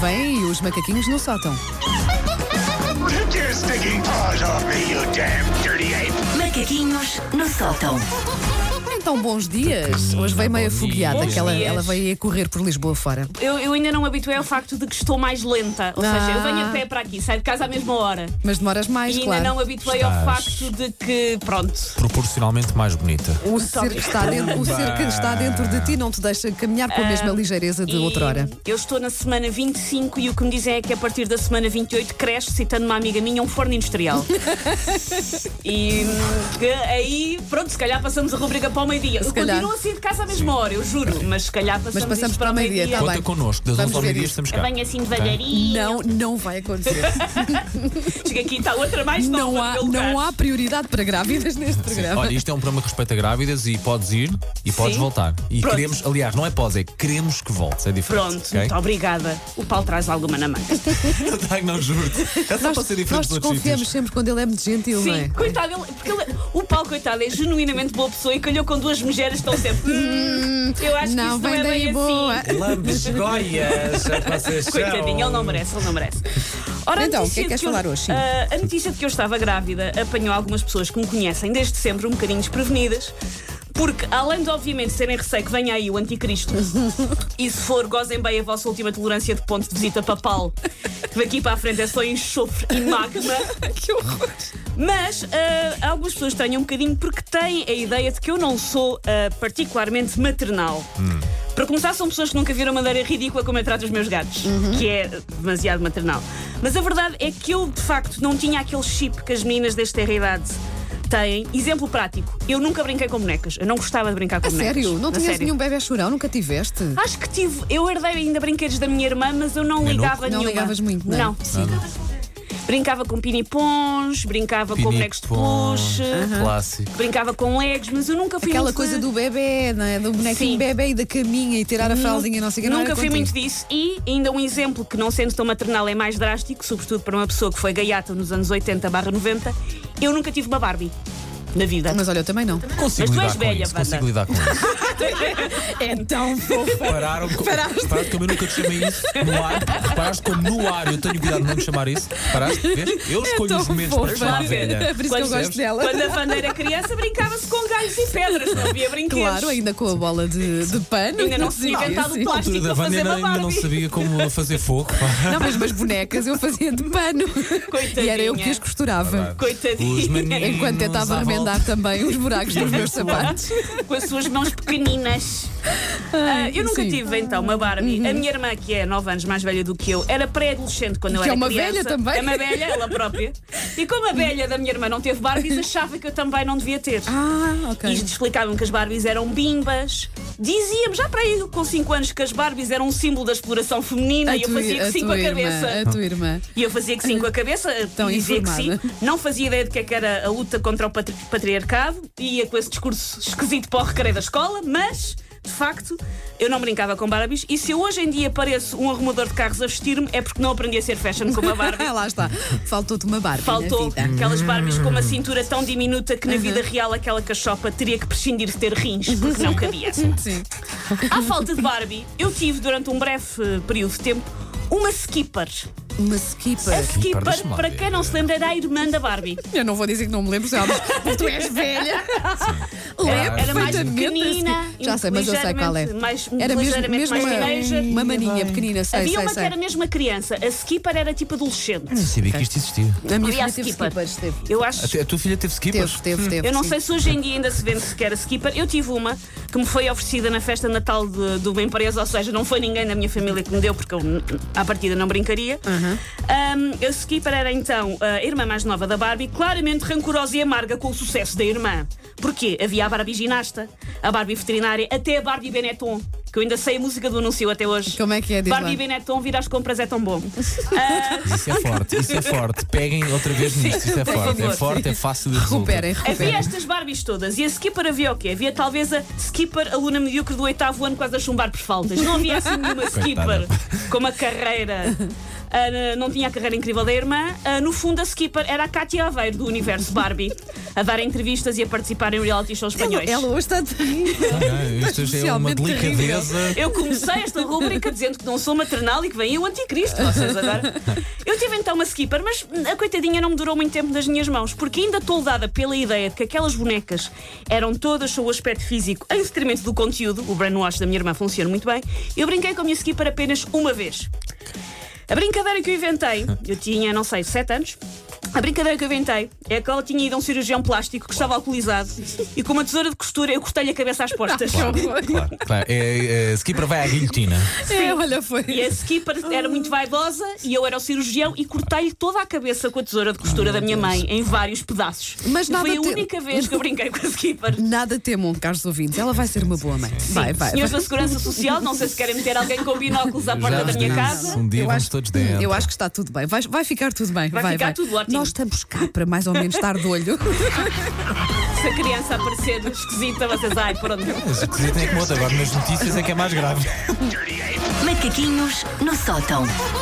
vêm os macaquinhos no sótão. Take your stinking paws off me, you damn dirty ape! Macaquinhos no sótão. Então, bons dias. Hoje veio meio afogueada, Bons que ela, dias. ela veio a correr por Lisboa fora. Eu, eu ainda não me habituei ao facto de que estou mais lenta. Ou seja, eu Ah. venho a pé para aqui, saio de casa à mesma hora. Mas demoras mais, e ainda claro. não me habituei ao Estás- facto de que, pronto, proporcionalmente mais bonita. Tá O cerco, está dentro, o cerco que está dentro de ti não te deixa caminhar com a mesma Ah, ligeireza de E outrora. Eu estou na semana 25 e o que me dizem é que a partir da semana 28 cresce, citando uma amiga minha, um forno industrial. e hum, que aí, pronto, se calhar passamos a rubrica para o meio-dia. Eu calhar. continuo assim de casa à mesma hora, eu juro, mas se calhar passamos, passamos isto para para o o meio-dia, meio-dia. tá Conta bem. connosco, das Vamos 11 ao ver meio-dia isso. estamos cá. eu venho assim devagarinho, Não, não vai acontecer. chego aqui e está outra mais não, nova no há, meu lugar. não há prioridade para grávidas neste programa. Olha, isto é um programa que respeita grávidas e podes ir e podes voltar. E Pronto. queremos, aliás, não é podes, é queremos que voltes. É diferente. Pronto, Tá ok? muito obrigada. O Paulo traz alguma na manga. Eu trago, não juro. É só para nós, ser nós diferente de outros desconfiamos sítios. sempre quando ele é muito gentil, não é? Sim, coitado, ele, porque ele- o Paulo, coitado, é genuinamente boa pessoa e calhou com duas mulheres que estão sempre. "Hum, eu acho Não, que isso não vem é daí bem boa. assim. Lambesgoias, vocês são. Coitadinho, ele não merece, ele não merece. Ora, a Então, o que é que notícia de queres eu- falar hoje? Sim. Ah, a notícia de que eu estava grávida apanhou algumas pessoas que me conhecem desde sempre um bocadinho desprevenidas. Porque, além de obviamente terem receio que venha aí o anticristo, e se for, gozem bem a vossa última tolerância de ponto de visita papal, que daqui para a frente é só enxofre e magma. que horror! Mas ah, algumas pessoas estranham um bocadinho porque têm a ideia de que eu não sou ah, particularmente maternal. Hum. Para começar, são pessoas que nunca viram a maneira ridícula como eu trato os meus gatos, Uhum. que é demasiado maternal. Mas a verdade é que eu, de facto, não tinha aquele chip que as meninas desta idade têm. Exemplo prático: eu nunca brinquei com bonecas. Eu não gostava de brincar com A bonecas. sério? Não A tinhas sério. nenhum bebê chorão? Nunca tiveste? Acho que tive. Eu herdei ainda brinquedos da minha irmã, mas eu não Nenuco? ligava Não nenhuma. ligavas muito, não é? Não. Brincava com pinipons, brincava com bonecos de peluche, Clássico. brincava com legos, mas eu nunca fui Aquela muito coisa de- do bebê, não é? Do bonequinho Sim. bebê e da caminha e tirar a fraldinha, não sei o que. não Nunca era fui contigo. muito disso. E ainda um exemplo que, não sendo tão maternal, é mais drástico, sobretudo para uma pessoa que foi gaiata nos anos 80 barra 90. Eu nunca tive uma Barbie na vida. Mas olha, eu também não. Consigo Mas tu lidar és com velha, isso. Wanda. Consigo lidar com isso. Então, fofa. Pararam com, Paraste como eu nunca te chamei isso no ar. Reparaste como no ar eu tenho cuidado de não te chamar isso. Paraste? Vês? Eu escolho os momentos para te chamar É velha. por isso que eu gosto dela. Quando a Wanda era criança, brincava-se com galhos e pedras, não havia brinquedos. Claro, ainda com a bola de, de pano. Ainda não se tinha Sim, inventado sim. plástico. altura da Estive a fazer Vanina uma ainda não Barbie. sabia como fazer fogo. pá. Não, mas as bonecas eu fazia de pano. E era eu que as costurava. Os Coitadinha. meninos. Enquanto tentava à remendar também os buracos dos meus sapatos. com as suas mãos pequeninas. Ah, eu nunca sim. Uhum. tive então uma Barbie. A minha irmã, que é 9 anos mais velha do que eu, era pré-adolescente quando eu Que é era uma criança. velha também. É uma velha, ela própria. E como a velha da minha irmã não teve Barbies, achava que eu também não devia ter. Ah, E ok. explicavam que as Barbies eram bimbas. Dizíamos já para aí com 5 anos que as Barbies eram um símbolo da exploração feminina e eu tua- fazia que sim com tua a irmã, cabeça. A tua irmã. E eu fazia que sim com a cabeça, Tão e dizia informada. que sim. Não fazia ideia de que, é que era a luta contra o patri- patriarcado, ia com esse discurso esquisito para o recreio da escola, mas, de facto, eu não brincava com Barbies. E se eu hoje em dia pareço um arrumador de carros a vestir-me, é porque não aprendi a ser fashion como a Barbie. Ah, lá está. Faltou-te uma barba. Faltou Na vida. aquelas Barbies com uma cintura tão diminuta que na vida real aquela cachopa teria que prescindir de ter rins, porque não cabia. Sim. À falta de Barbie, eu tive durante um breve eh, período de tempo uma skipper. Uma A skipper. skipper, deixa-me lá para ver. quem não se lembra, era a irmã da Barbie. Eu não vou dizer que não me lembro, já, mas tu és velha. Lembro Era mais perfeitamente a pequenina. skipper. Já sei, mas eu sei qual é. ligeiramente Mais, Era mesmo, ligeiramente mesmo mais teenager. uma, uma maninha pequenina, sei, Havia sei, uma que sei. Hum. era mesmo a criança. A skipper era tipo adolescente. Nem sabia que isto existia. A minha Havia filha a teve skipper. skippers, teve. Eu acho. A tua filha teve skippers? Teve, teve, teve. Eu não sim. sei se hoje em dia ainda se vende sequer a skipper. Eu tive uma que me foi oferecida na festa de Natal de, de uma empresa, ou seja, não foi ninguém da minha família que me deu, porque eu, n- à partida, não brincaria. Um, a skipper era então a irmã mais nova da Barbie, claramente rancorosa e amarga com o sucesso da irmã. Porquê? Havia a Barbie ginasta, a Barbie veterinária, até a Barbie Benetton. Que eu ainda sei a música do anúncio até hoje. Como é que é, diz lá. Barbie Benetton, vir às compras é tão bom. Ah, Isso é forte, isso é forte. Peguem outra vez nisto, isso é por forte. É favor. forte, é fácil de resolver. Recuperem, Havia recuperem. estas Barbies todas e a Skipper havia o quê? Havia talvez a Skipper, aluna medíocre do oitavo ano, quase a chumbar por faltas. Não havia assim nenhuma Coitada. Skipper com uma carreira. ah, não tinha a carreira incrível da irmã. Ah, no fundo, a skipper era a Cátia Aveiro, do universo Barbie, a dar entrevistas e a participar em reality shows Ela, espanhóis. ela hoje está terrível. Não, isto é uma Especialmente terrível. delicadeza. Eu comecei esta rubrica dizendo que não sou maternal e que vem o anticristo, vocês agora. Eu tive então uma skipper, mas a coitadinha não me durou muito tempo nas minhas mãos, porque ainda estou dada pela ideia de que aquelas bonecas eram todas o aspecto físico em detrimento do conteúdo, o brainwash da minha irmã funciona muito bem, eu brinquei com a minha skipper apenas uma vez. A brincadeira que eu inventei, eu tinha, não sei, 7 anos. A brincadeira que eu inventei é que ela tinha ido a um cirurgião plástico que estava alcoolizado e com uma tesoura de costura eu cortei-lhe a cabeça às portas. Claro, claro. É, é, skipper vai à guilhotina. É, olha, foi. E a skipper era muito vaidosa e eu era o cirurgião e cortei-lhe toda a cabeça com a tesoura de costura da minha mãe em vários pedaços. Mas E nada foi a te- única vez que eu brinquei com a skipper. Nada temam, caros ouvintes. Ela vai ser uma boa mãe. Vai, vai. Senhores vai. da Segurança Social, não sei se querem meter alguém com binóculos à porta Já da vos minha disse, casa. Um dia Eu vamos acho- todos dentro. Eu acho que está tudo bem. Vai, vai ficar tudo bem. Vai vai, ficar tudo ótimo. Nós estamos cá para mais ou menos estar de olho. Se a criança aparecer esquisita, vocês, ai, pronto. Mas esquisito é que muda. Agora nas notícias é que é mais grave. Dirty ape. Macaquinhos no sótão.